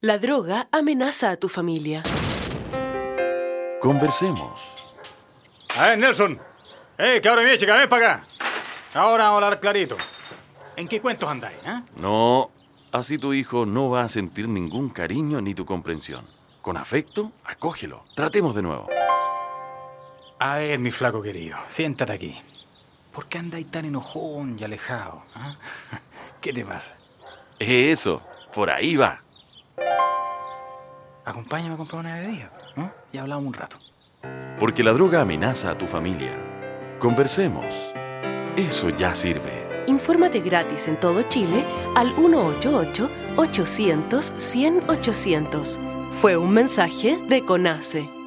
La droga amenaza a tu familia. Conversemos. ¡Eh, Nelson! ¡Eh, qué hora bien, chica! ¡Ven para acá! Ahora vamos a hablar clarito. ¿En qué cuentos andáis, eh? No, así tu hijo no va a sentir ningún cariño ni tu comprensión. Con afecto, acógelo. Tratemos de nuevo. A ver, mi flaco querido, siéntate aquí. ¿Por qué andáis tan enojón y alejado? ah? ¿Qué te pasa? Eso, por ahí va. Acompáñame a comprar una bebida, ¿no? Y hablamos un rato. Porque la droga amenaza a tu familia. Conversemos. Eso ya sirve. Infórmate gratis en todo Chile al 188-800-1800. Fue un mensaje de CONACE.